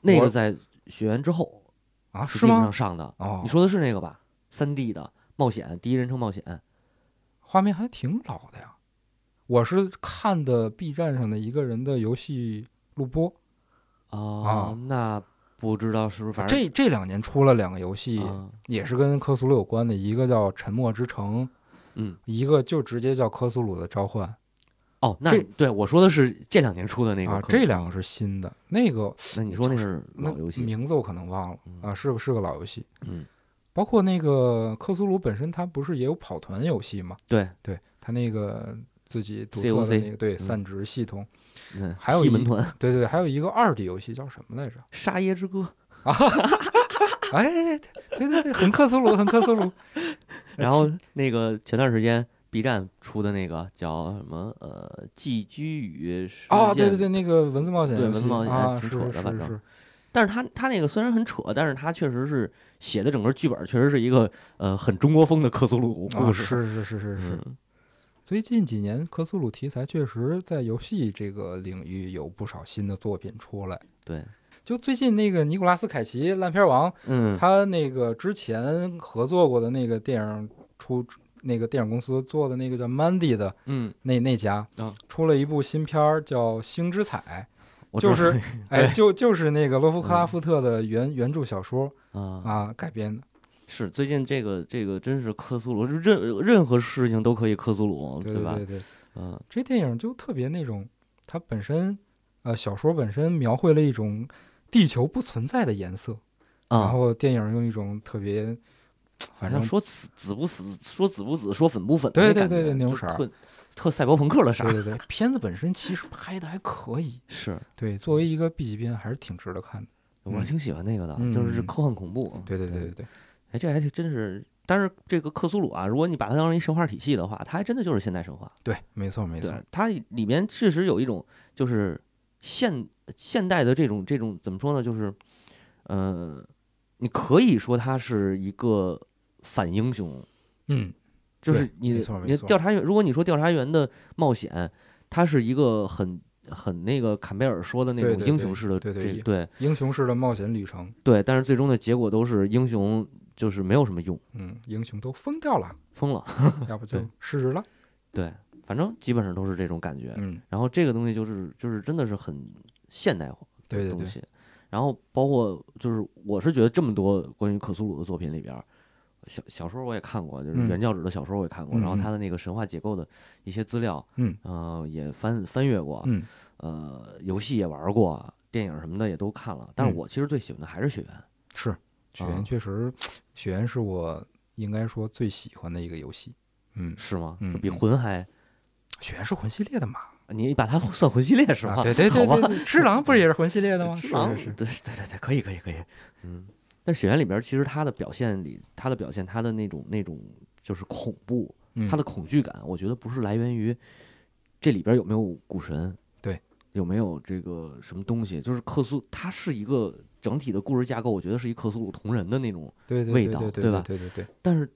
Speaker 1: 那
Speaker 2: 我
Speaker 1: 个在学员之后
Speaker 2: 啊，是
Speaker 1: Steam
Speaker 2: 吗
Speaker 1: 上？上的，
Speaker 2: 哦，
Speaker 1: 你说的是那个吧？三 D 的冒险，第一人称冒险
Speaker 2: 画面还挺老的呀。我是看的 B 站上的一个人的游戏录播，
Speaker 1: 啊
Speaker 2: 啊，
Speaker 1: 那不知道是不是反正
Speaker 2: 这这两年出了两个游戏，
Speaker 1: 啊
Speaker 2: 也是跟科苏鲁有关的，一个叫《沉默之城》，
Speaker 1: 嗯
Speaker 2: 一个就直接叫《科苏鲁的召唤》
Speaker 1: 哦，那
Speaker 2: 这
Speaker 1: 对我说的是这两年出的那个
Speaker 2: 啊，
Speaker 1: 可能
Speaker 2: 这两个是新的。那个
Speaker 1: 那你说那是
Speaker 2: 那
Speaker 1: 老游戏
Speaker 2: 名字我可能忘了
Speaker 1: 嗯
Speaker 2: 啊，是个是个老游戏。
Speaker 1: 嗯，
Speaker 2: 包括那个科苏鲁本身，它不是也有跑团游戏吗？
Speaker 1: 对，
Speaker 2: 对，它那个自己独特的
Speaker 1: COC
Speaker 2: 那个对
Speaker 1: 嗯
Speaker 2: 散值系统，
Speaker 1: 嗯，
Speaker 2: 还有
Speaker 1: 踢
Speaker 2: 一
Speaker 1: 门 团《
Speaker 2: 对对对，还有一个二 D 游戏叫什么来着？
Speaker 1: 沙耶之歌》
Speaker 2: 哎，对对对，很克苏鲁，很克苏鲁。
Speaker 1: 然后那个前段时间 B 站出的那个叫什么呃《寄居与世界》
Speaker 2: 哦，对对对，，那个文字冒险
Speaker 1: 对
Speaker 2: 游
Speaker 1: 文
Speaker 2: 戏
Speaker 1: 字冒险
Speaker 2: 啊，
Speaker 1: 挺
Speaker 2: 是
Speaker 1: 扯的
Speaker 2: 是
Speaker 1: 反
Speaker 2: 是
Speaker 1: 正
Speaker 2: 是，
Speaker 1: 但是他他那个虽然很扯，但是他确实是写的整个剧本确实是一个呃很中国风的克苏鲁
Speaker 2: 啊
Speaker 1: 故
Speaker 2: 是
Speaker 1: 事。
Speaker 2: 是是是是。
Speaker 1: 嗯
Speaker 2: 最近几年，克苏鲁题材确实在游戏这个领域有不少新的作品出来。
Speaker 1: 对，
Speaker 2: 就最近那个尼古拉斯凯奇《烂片王》，
Speaker 1: 嗯，
Speaker 2: 他那个之前合作过的那个电影出那个电影公司做的那个叫 Mandy 的
Speaker 1: 嗯，
Speaker 2: 那那家
Speaker 1: 啊
Speaker 2: 出了一部新片儿叫《星之彩》，
Speaker 1: 我知
Speaker 2: 就
Speaker 1: 道
Speaker 2: 是哎
Speaker 1: 嗯对
Speaker 2: 就就是那个洛夫克拉
Speaker 1: 嗯
Speaker 2: 夫特的原原著小说
Speaker 1: 啊，
Speaker 2: 啊改编的。
Speaker 1: 是最近这个这个真是克苏鲁，任任何事情都可以克苏鲁，
Speaker 2: 对
Speaker 1: 吧
Speaker 2: 对？对，
Speaker 1: 嗯，
Speaker 2: 这电影就特别那种，它本身呃小说本身描绘了一种地球不存在的颜色，然
Speaker 1: 啊，
Speaker 2: 后电影用一种特别，嗯
Speaker 1: 反
Speaker 2: 反
Speaker 1: 正
Speaker 2: 正
Speaker 1: 说紫紫不紫，说紫不紫，说粉不粉的
Speaker 2: 对
Speaker 1: 感觉，
Speaker 2: 对对对那种
Speaker 1: 就
Speaker 2: 色儿
Speaker 1: 特特赛博朋克的色儿，
Speaker 2: 对对对，片子本身其实拍的还可以，
Speaker 1: 是
Speaker 2: 对，作为一个 B 级片还是挺值得看的。
Speaker 1: 我
Speaker 2: 嗯
Speaker 1: 挺喜欢那个的，
Speaker 2: 嗯
Speaker 1: 就是
Speaker 2: 嗯
Speaker 1: 科幻恐怖。啊
Speaker 2: 对对对对对，
Speaker 1: 哎，这还挺真是。但是这个克苏鲁啊，如果你把它当成一神话体系的话，它还真的就是现代神话。
Speaker 2: 对，没错没错
Speaker 1: 对，，它里面确实有一种就是现现代的这种这种怎么说呢？就是，呃，你可以说它是一个反英雄，
Speaker 2: 嗯，
Speaker 1: 就是
Speaker 2: 对
Speaker 1: 你
Speaker 2: 没错没
Speaker 1: 你
Speaker 2: 错
Speaker 1: 调查员，如果你说调查员的冒险，它是一个很很那个坎贝尔说的那
Speaker 2: 对
Speaker 1: 种
Speaker 2: 对
Speaker 1: 英
Speaker 2: 对
Speaker 1: 雄式的
Speaker 2: 对对
Speaker 1: 这
Speaker 2: 也
Speaker 1: 对
Speaker 2: 英雄式的冒险旅程，
Speaker 1: 对，但是最终的结果都是英雄就是没有什么用，
Speaker 2: 嗯，英雄都疯掉了，
Speaker 1: 疯了。
Speaker 2: 要不就
Speaker 1: 对
Speaker 2: 失职了，
Speaker 1: 对，反正基本上都是这种感觉。
Speaker 2: 嗯，
Speaker 1: 然后这个东西就是就是真的是很现代化
Speaker 2: 对
Speaker 1: 的
Speaker 2: 对
Speaker 1: 东
Speaker 2: 对，
Speaker 1: 西。然后包括就是我是觉得这么多关于克苏鲁的作品里边儿，小小说我也看过，就是
Speaker 2: 嗯
Speaker 1: 原教旨的小说我也看过，然后
Speaker 2: 嗯嗯
Speaker 1: 他的那个神话结构的一些资料，
Speaker 2: 嗯
Speaker 1: 呃，也翻翻阅过，
Speaker 2: 嗯，
Speaker 1: 呃，游戏也玩过，电影什么的也都看了。但是
Speaker 2: 嗯
Speaker 1: 我其实最喜欢的还是《血缘》
Speaker 2: 是，雪原
Speaker 1: 啊
Speaker 2: 确实，雪原是我应该说最喜欢的一个游戏，嗯，
Speaker 1: 是吗？
Speaker 2: 嗯
Speaker 1: 比
Speaker 2: 嗯
Speaker 1: 魂还
Speaker 2: 雪原是魂系列的嘛？
Speaker 1: 你把它算魂系列是吗？
Speaker 2: 啊、对对
Speaker 1: 好
Speaker 2: 对
Speaker 1: 吧
Speaker 2: 对，对只狼不是也是魂系列的 吗？
Speaker 1: 只
Speaker 2: 是
Speaker 1: 狼
Speaker 2: 是是，
Speaker 1: 对对对对，可以可以可以，嗯。但是《雪原》里边儿其实他的表现里，他的表现，他的那种那种就是恐怖，
Speaker 2: 嗯，
Speaker 1: 他的恐惧感，我觉得不是来源于这里边儿有没有古神，
Speaker 2: 对，
Speaker 1: 有没有这个什么东西，就是克苏，它是一个整体的故事架构，我觉得是一克苏鲁同人的那种，
Speaker 2: 对对
Speaker 1: 味
Speaker 2: 对
Speaker 1: 道
Speaker 2: 对
Speaker 1: 对
Speaker 2: 对
Speaker 1: 吧
Speaker 2: 对对对，
Speaker 1: 但是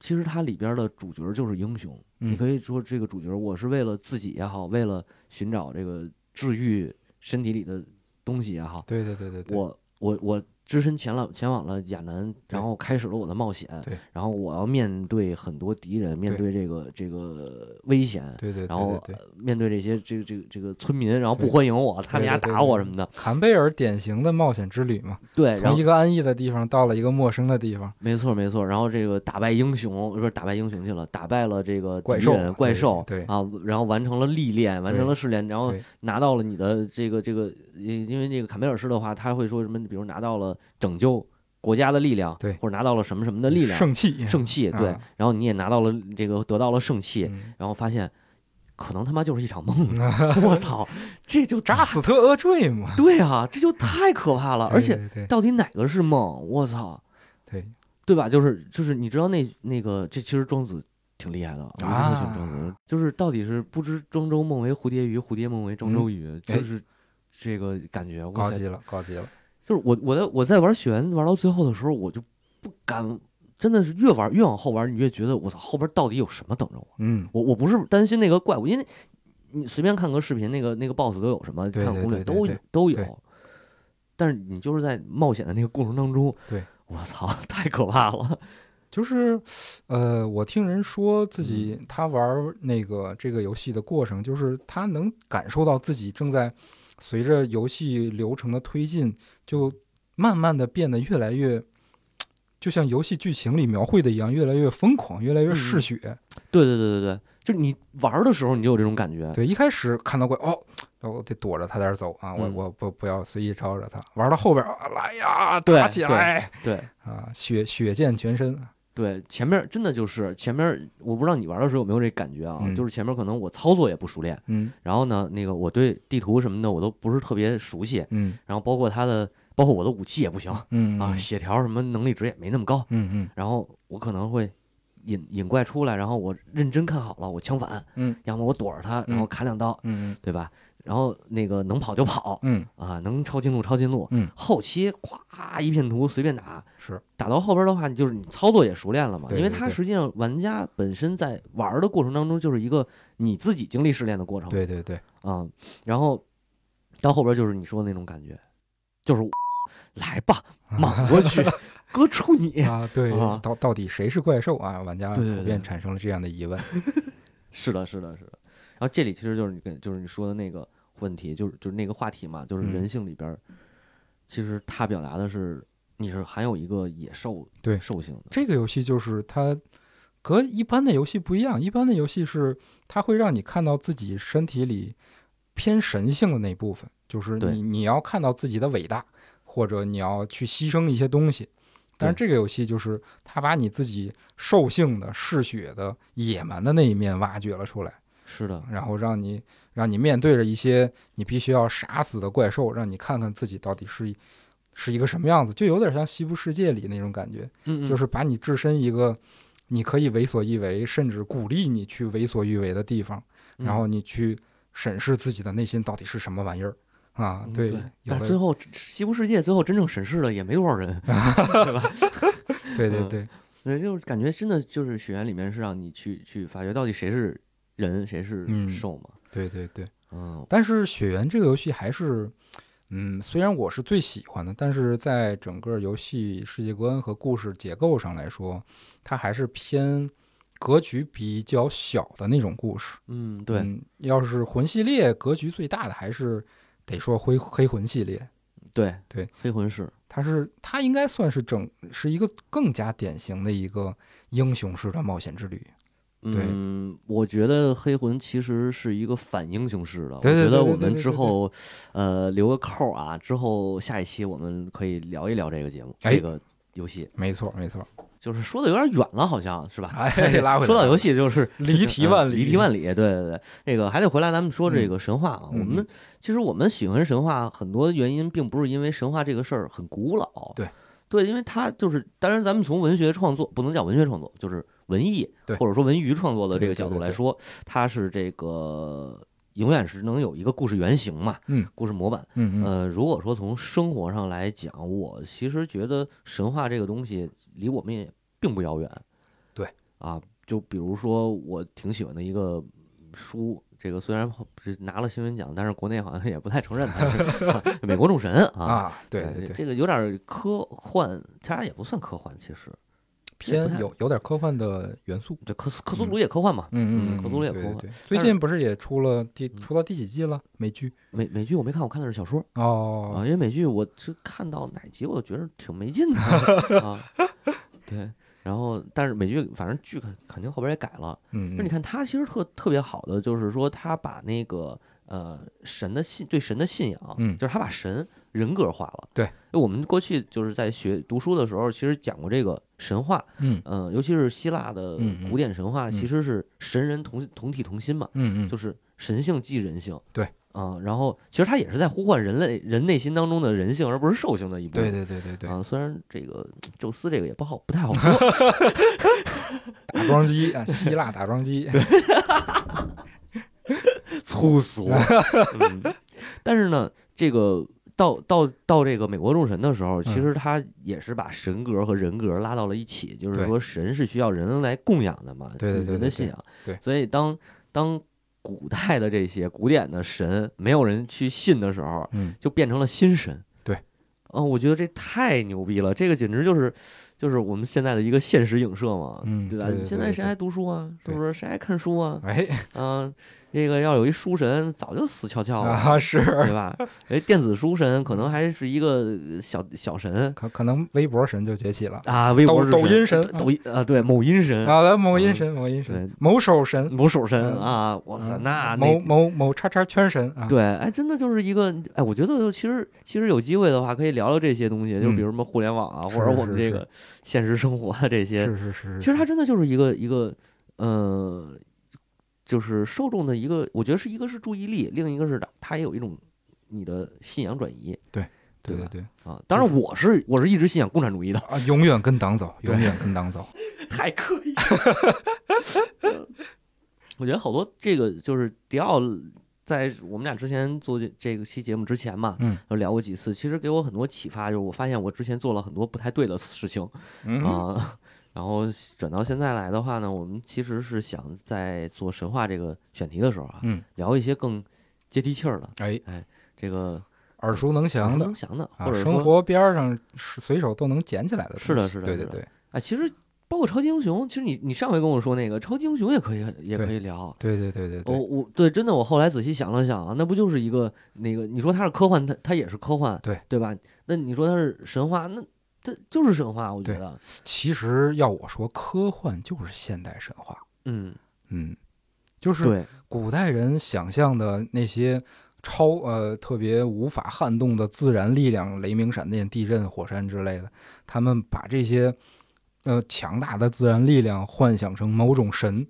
Speaker 1: 其实它里边的主角就是英雄。你
Speaker 2: 嗯
Speaker 1: 可以说这个主角，我是为了自己也好，为了寻找这个治愈身体里的东西也好，
Speaker 2: 对对对对对，
Speaker 1: 我我我只身前了前往了亚南，然后开始了我的冒险
Speaker 2: 对，
Speaker 1: 然后我要面对很多敌人，面对这个这个危险，
Speaker 2: 对对对
Speaker 1: 然后
Speaker 2: 对对。
Speaker 1: 呃面对这些这个这个这个村民，然后不
Speaker 2: 对
Speaker 1: 欢迎我，他们
Speaker 2: 对
Speaker 1: 家
Speaker 2: 对
Speaker 1: 打
Speaker 2: 对
Speaker 1: 我
Speaker 2: 对
Speaker 1: 什么的，
Speaker 2: 坎贝尔典型的冒险之旅嘛，
Speaker 1: 对，哎然
Speaker 2: 从
Speaker 1: 后
Speaker 2: 一个安逸的地方到了一个陌生的地方，
Speaker 1: 没错没错，然后这个打败英雄，不是打败英雄去了，打败了这个敌
Speaker 2: 怪兽
Speaker 1: 人
Speaker 2: 嘛
Speaker 1: 怪
Speaker 2: 对
Speaker 1: 兽，
Speaker 2: 对
Speaker 1: 啊，然后完成了历练，完成
Speaker 2: 对
Speaker 1: 了试炼，然后
Speaker 2: 对
Speaker 1: 拿到了你的这个这个，因因为那个坎贝尔式的话，他会说什么？比如拿到了拯救国家的力量，
Speaker 2: 对
Speaker 1: 或者拿到了什么什么的力量，
Speaker 2: 盛气，
Speaker 1: 圣器，对，
Speaker 2: 啊
Speaker 1: 然后你也拿到了这个得到了圣器，
Speaker 2: 嗯
Speaker 1: 然后发现可能他妈就是一场 梦，啊我操，这就
Speaker 2: 扎死特厄坠嘛，
Speaker 1: 对啊，这就太可怕啊了，而且
Speaker 2: 对对对
Speaker 1: 到底哪个是梦？我操！
Speaker 2: 对
Speaker 1: 对吧？就是就是，你知道那那个，这其实庄子挺厉害的，我一直很喜欢庄子
Speaker 2: 啊。
Speaker 1: 就是到底是不知庄周梦为蝴蝶鱼，蝴蝶梦为庄周鱼，
Speaker 2: 哎
Speaker 1: 就是这个感觉。
Speaker 2: 高
Speaker 1: 哇塞！
Speaker 2: 级了，高级了，
Speaker 1: 就是我我在我在玩雪原玩到最后的时候，我就不敢，真的是越玩越往后玩，你越觉得我操，后边到底有什么等着我？
Speaker 2: 嗯，
Speaker 1: 我我不是担心那个怪物，因为你随便看个视频，那个那个 BOSS 都有什么，
Speaker 2: 对
Speaker 1: 看
Speaker 2: 对
Speaker 1: 攻略
Speaker 2: 对
Speaker 1: 都
Speaker 2: 对
Speaker 1: 有都
Speaker 2: 对
Speaker 1: 有。但是你就是在冒险的那个过程当中，
Speaker 2: 对，
Speaker 1: 我操，太可怕了。
Speaker 2: 就是，呃，我听人说
Speaker 1: 嗯
Speaker 2: 自己他玩儿那个这个游戏的过程，就是他能感受到自己正在随着游戏流程的推进，就慢慢的变得越来越，就像游戏剧情里描绘的一样，越来越疯狂，越来越嗜
Speaker 1: 嗯
Speaker 2: 血。
Speaker 1: 对对对对对，就你玩儿的时候你就有这种感觉。
Speaker 2: 对，一开始看到怪哦，我得躲着他点儿走啊，我
Speaker 1: 嗯
Speaker 2: 我不不要随意招惹他。玩到后边儿啊，来呀，
Speaker 1: 对
Speaker 2: 打起
Speaker 1: 对
Speaker 2: 来
Speaker 1: 对
Speaker 2: 啊，血血溅全身。
Speaker 1: 对前面真的就是前面，我不知道你玩的时候有没有这感觉啊？
Speaker 2: 嗯
Speaker 1: 就是前面可能我操作也不熟练，
Speaker 2: 嗯
Speaker 1: 然后呢，那个我对地图什么的我都不是特别熟悉，
Speaker 2: 嗯
Speaker 1: 然后包括它的，包括我的武器也不行啊，
Speaker 2: 嗯嗯
Speaker 1: 血条什么能力值也没那么高，
Speaker 2: 嗯
Speaker 1: 然后我可能会。引引怪出来，然后我认真看好了，我枪反，
Speaker 2: 嗯，
Speaker 1: 要么我躲着他，然后
Speaker 2: 嗯
Speaker 1: 砍两刀，
Speaker 2: 嗯
Speaker 1: 对吧？然后那个能跑就跑，
Speaker 2: 嗯
Speaker 1: 啊，能抄近路抄近路，
Speaker 2: 嗯，
Speaker 1: 后期咵一片图随便打，
Speaker 2: 是
Speaker 1: 打到后边的话，就是你操作也熟练了嘛，
Speaker 2: 对
Speaker 1: 因为
Speaker 2: 对
Speaker 1: 它
Speaker 2: 对
Speaker 1: 实际上玩家本身在玩儿的过程当中，就是一个你自己经历试炼的过程，
Speaker 2: 对对对，
Speaker 1: 啊、然后到后边就是你说的那种感觉，就是我来吧， 莽过去，哥处你，
Speaker 2: 啊，对
Speaker 1: 啊，
Speaker 2: 到到底谁是怪兽啊？玩家普
Speaker 1: 对对对
Speaker 2: 遍产生了这样的疑问。
Speaker 1: 是的，是的，是的。然后这里其实就是你跟就是你说的那个问题，就是就是那个话题嘛，就是
Speaker 2: 嗯
Speaker 1: 人性里边儿，其实它表达的是你是含有一个野兽
Speaker 2: 对
Speaker 1: 兽性的，
Speaker 2: 这个游戏就是它和一般的游戏不一样，一般的游戏是它会让你看到自己身体里偏神性的那一部分，就是
Speaker 1: 对
Speaker 2: 你你要看到自己的伟大，或者你要去牺牲一些东西。但是这个游戏就是它把你自己兽性的、嗜血的、野蛮的那一面挖掘了出来。
Speaker 1: 是的，
Speaker 2: 然后让你让你面对着一些你必须要杀死的怪兽，让你看看自己到底是一是一个什么样子，就有点像《西部世界》里那种感觉，
Speaker 1: 嗯
Speaker 2: 就是把你置身一个你可以为所欲为，甚至鼓励你去为所欲为的地方，
Speaker 1: 嗯
Speaker 2: 然后你去审视自己的内心到底是什么玩意儿啊
Speaker 1: 嗯。
Speaker 2: 对，有
Speaker 1: 但是最
Speaker 2: 的，
Speaker 1: 后西部世界最后真正审视的也没多少 人，
Speaker 2: 对对
Speaker 1: 嗯
Speaker 2: 对
Speaker 1: 对，就是感觉真的就是血缘里面是让你去去发掘到底谁是人，谁是
Speaker 2: 嗯
Speaker 1: 兽嘛，
Speaker 2: 对对对。
Speaker 1: 嗯
Speaker 2: 但是《雪原》这个游戏还是，嗯，虽然我是最喜欢的，但是在整个游戏世界观和故事结构上来说，它还是偏格局比较小的那种故事。
Speaker 1: 嗯，对，
Speaker 2: 嗯要是魂系列格局最大的，还是得说灰黑魂系列。
Speaker 1: 对
Speaker 2: 对，
Speaker 1: 黑魂是，
Speaker 2: 它是它应该算是整是一个更加典型的一个英雄式的冒险之旅。对
Speaker 1: 嗯，我觉得黑魂其实是一个反英雄式的。
Speaker 2: 对
Speaker 1: 我
Speaker 2: 对
Speaker 1: 觉得
Speaker 2: 对对
Speaker 1: 我
Speaker 2: 对
Speaker 1: 们
Speaker 2: 对
Speaker 1: 之
Speaker 2: 对
Speaker 1: 后，呃，留个扣儿啊，之后下一期我们可以聊一聊这个节目，
Speaker 2: 哎
Speaker 1: 这个游戏。
Speaker 2: 没错，没错。
Speaker 1: 就是说的有点远了，好像是吧？
Speaker 2: 哎 拉回来
Speaker 1: 说到
Speaker 2: 了
Speaker 1: 游戏就是
Speaker 2: 离题万里
Speaker 1: 嗯离题万里。对对对，那个还得回来，咱们说这个神话啊。
Speaker 2: 嗯
Speaker 1: 我们其实我们喜欢神话，很多原因并不是因为神话这个事儿很古老，
Speaker 2: 对
Speaker 1: 对，因为它就是，当然咱们从文学创作不能叫文学创作，就是文艺
Speaker 2: 对
Speaker 1: 或者说文娱创作的这
Speaker 2: 对
Speaker 1: 个
Speaker 2: 对
Speaker 1: 角度
Speaker 2: 对对
Speaker 1: 来说，它是这个永远是能有一个故事原型嘛，
Speaker 2: 嗯，
Speaker 1: 故事模板。
Speaker 2: 嗯嗯，
Speaker 1: 呃，如果说从生活上来讲，我其实觉得神话这个东西离我们也并不遥远。
Speaker 2: 对
Speaker 1: 啊、啊，就比如说我挺喜欢的一个书，这个虽然是拿了新闻奖，但是国内好像也不太承认它，是 吧美国众神》啊，
Speaker 2: 啊，对对对，
Speaker 1: 这个有点科幻，它也不算科幻，其实不
Speaker 2: 偏
Speaker 1: 太
Speaker 2: 有有点科幻的元素。
Speaker 1: 这克苏克苏鲁也科幻嘛，
Speaker 2: 嗯
Speaker 1: 嗯克苏鲁也
Speaker 2: 对
Speaker 1: 科
Speaker 2: 对
Speaker 1: 幻
Speaker 2: 对。最
Speaker 1: 但是嗯
Speaker 2: 近不是也出了第出到第几季了？美剧
Speaker 1: 美美剧我没看，我看的是小说啊，
Speaker 2: 哦，
Speaker 1: 因为美剧我是看到哪集我觉得挺没 劲的啊，对，然后但是美剧反正剧肯肯定后边也改了，
Speaker 2: 嗯，
Speaker 1: 那你看他其实特特别好的就是说他把那个呃神的信对神的信仰，
Speaker 2: 嗯
Speaker 1: 就是他把神人格化了，
Speaker 2: 对
Speaker 1: 因为我们过去就是在学读书的时候，其实讲过这个神话，
Speaker 2: 嗯
Speaker 1: 嗯、尤其是希腊的
Speaker 2: 嗯嗯
Speaker 1: 古典神话，
Speaker 2: 嗯
Speaker 1: 其实是神人同同体同心嘛，
Speaker 2: 嗯嗯，
Speaker 1: 就是神性即人性。
Speaker 2: 对
Speaker 1: 啊、然后其实他也是在呼唤人类人内心当中的人性，而不是兽性的一部分。
Speaker 2: 对对对对对，
Speaker 1: 啊，虽然这个宙斯这个也不好，不太好 说，
Speaker 2: 打桩机啊，希腊打桩机，
Speaker 1: 粗 俗。嗯，但是呢，这个到到到这个美国众神的时候，其
Speaker 2: 嗯
Speaker 1: 实他也是把神格和人格拉到了一起，就是
Speaker 2: 对
Speaker 1: 说神是需要人来供养的嘛，
Speaker 2: 对对对
Speaker 1: 人
Speaker 2: 对
Speaker 1: 的信仰。
Speaker 2: 对
Speaker 1: 所以当当古代的这些古典的神没有人去信的时候，
Speaker 2: 嗯，
Speaker 1: 就变成了新神。
Speaker 2: 对，
Speaker 1: 啊，我觉得这太牛逼了，这个简直就是就是我们现在的一个现实影射嘛，
Speaker 2: 嗯
Speaker 1: 对吧？
Speaker 2: 对对
Speaker 1: 现
Speaker 2: 对
Speaker 1: 在
Speaker 2: 对
Speaker 1: 谁还读书啊？是不是？谁还看书啊？
Speaker 2: 哎
Speaker 1: 嗯、这个要有一书神，早就死翘翘了。
Speaker 2: 啊是，
Speaker 1: 对吧？哎，电子书神可能还是一个小小神
Speaker 2: 可可能微博神就崛起了
Speaker 1: 啊，微博
Speaker 2: 抖
Speaker 1: 是
Speaker 2: 抖音神
Speaker 1: 抖音啊，对，某音神、嗯
Speaker 2: 啊，某音神某音神
Speaker 1: 对
Speaker 2: 某手神，
Speaker 1: 某手神
Speaker 2: 嗯
Speaker 1: 啊，我操，
Speaker 2: 嗯
Speaker 1: 那
Speaker 2: 某
Speaker 1: 那
Speaker 2: 某某叉叉圈神啊，
Speaker 1: 对，哎，真的就是一个，哎，我觉得其实其实有机会的话，可以聊聊这些东西，就比如什么互联网啊，或
Speaker 2: 嗯是
Speaker 1: 者我们
Speaker 2: 是
Speaker 1: 这
Speaker 2: 是
Speaker 1: 个现实生活的这些，
Speaker 2: 是是是，
Speaker 1: 其实它
Speaker 2: 是
Speaker 1: 真的就是一个一个，呃，就是受众的一个，我觉得是一个是注意力，另一个是它也有一种你的信仰转移
Speaker 2: 对
Speaker 1: 对
Speaker 2: 对对
Speaker 1: 啊。当
Speaker 2: 就
Speaker 1: 然，我是我是一直信仰共产主义的，
Speaker 2: 啊，永远跟党走，永远跟党走，
Speaker 1: 太刻意。 我觉得好多这个就是迪奥，在我们俩之前做这这个期节目之前嘛，
Speaker 2: 嗯，
Speaker 1: 聊过几次，其实给我很多启发，就是我发现我之前做了很多不太对的事情
Speaker 2: 嗯
Speaker 1: 啊、 然后转到现在来的话呢，我们其实是想在做神话这个选题的时候啊，
Speaker 2: 嗯，
Speaker 1: 聊一些更接地气儿的，
Speaker 2: 哎，
Speaker 1: 这个
Speaker 2: 耳熟能详的
Speaker 1: 能。详的，
Speaker 2: 啊
Speaker 1: 或，者
Speaker 2: 生
Speaker 1: 说
Speaker 2: 活边儿上是随手都能捡起来的东西，
Speaker 1: 是的是的
Speaker 2: 对
Speaker 1: 是
Speaker 2: 对
Speaker 1: 的
Speaker 2: 对
Speaker 1: 哎，其实包括超级英雄，其实你你上回跟我说那个超级英雄也可以也
Speaker 2: 对
Speaker 1: 可以聊，
Speaker 2: 对对对对
Speaker 1: 哦，
Speaker 2: 对，
Speaker 1: 我对，真的，我后来仔细想了想啊，那不就是一个那个，你说它是科幻，它它也是科幻，
Speaker 2: 对
Speaker 1: 对吧？那你说它是神话，那它就是神话，我觉
Speaker 2: 对
Speaker 1: 得，
Speaker 2: 其实要我说，科幻就是现代神话，
Speaker 1: 嗯，
Speaker 2: 嗯，就是
Speaker 1: 对，
Speaker 2: 古代人想象的那些超呃特别无法撼动的自然力量，雷鸣、闪电、地震、火山之类的，他们把这些呃强大的自然力量幻想成某种神。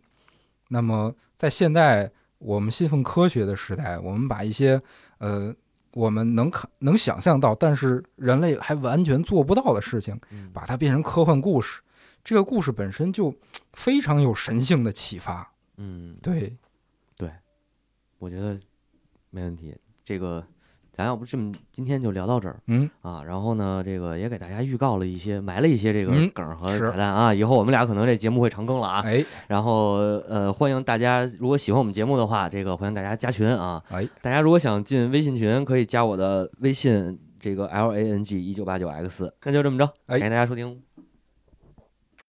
Speaker 2: 那么在现代我们信奉科学的时代，我们把一些呃我们能看能想象到，但是人类还完全做不到的事情，
Speaker 1: 嗯
Speaker 2: 把它变成科幻故事。这个故事本身就非常有神性的启发，
Speaker 1: 嗯，
Speaker 2: 对，
Speaker 1: 我觉得没问题。这个咱要不这么今天就聊到这儿
Speaker 2: 嗯。
Speaker 1: 啊，然后呢，这个也给大家预告了一些，埋了一些这个
Speaker 2: 嗯
Speaker 1: 梗儿和
Speaker 2: 是
Speaker 1: 彩蛋啊，以后我们俩可能这节目会长更了啊。
Speaker 2: 哎，
Speaker 1: 然后呃，欢迎大家，如果喜欢我们节目的话，这个欢迎大家加群啊。
Speaker 2: 哎，
Speaker 1: 大家如果想进微信群，可以加我的微信这个 L A N G 一九八九 X。那就这么着，
Speaker 2: 哎
Speaker 1: 感谢大家收听，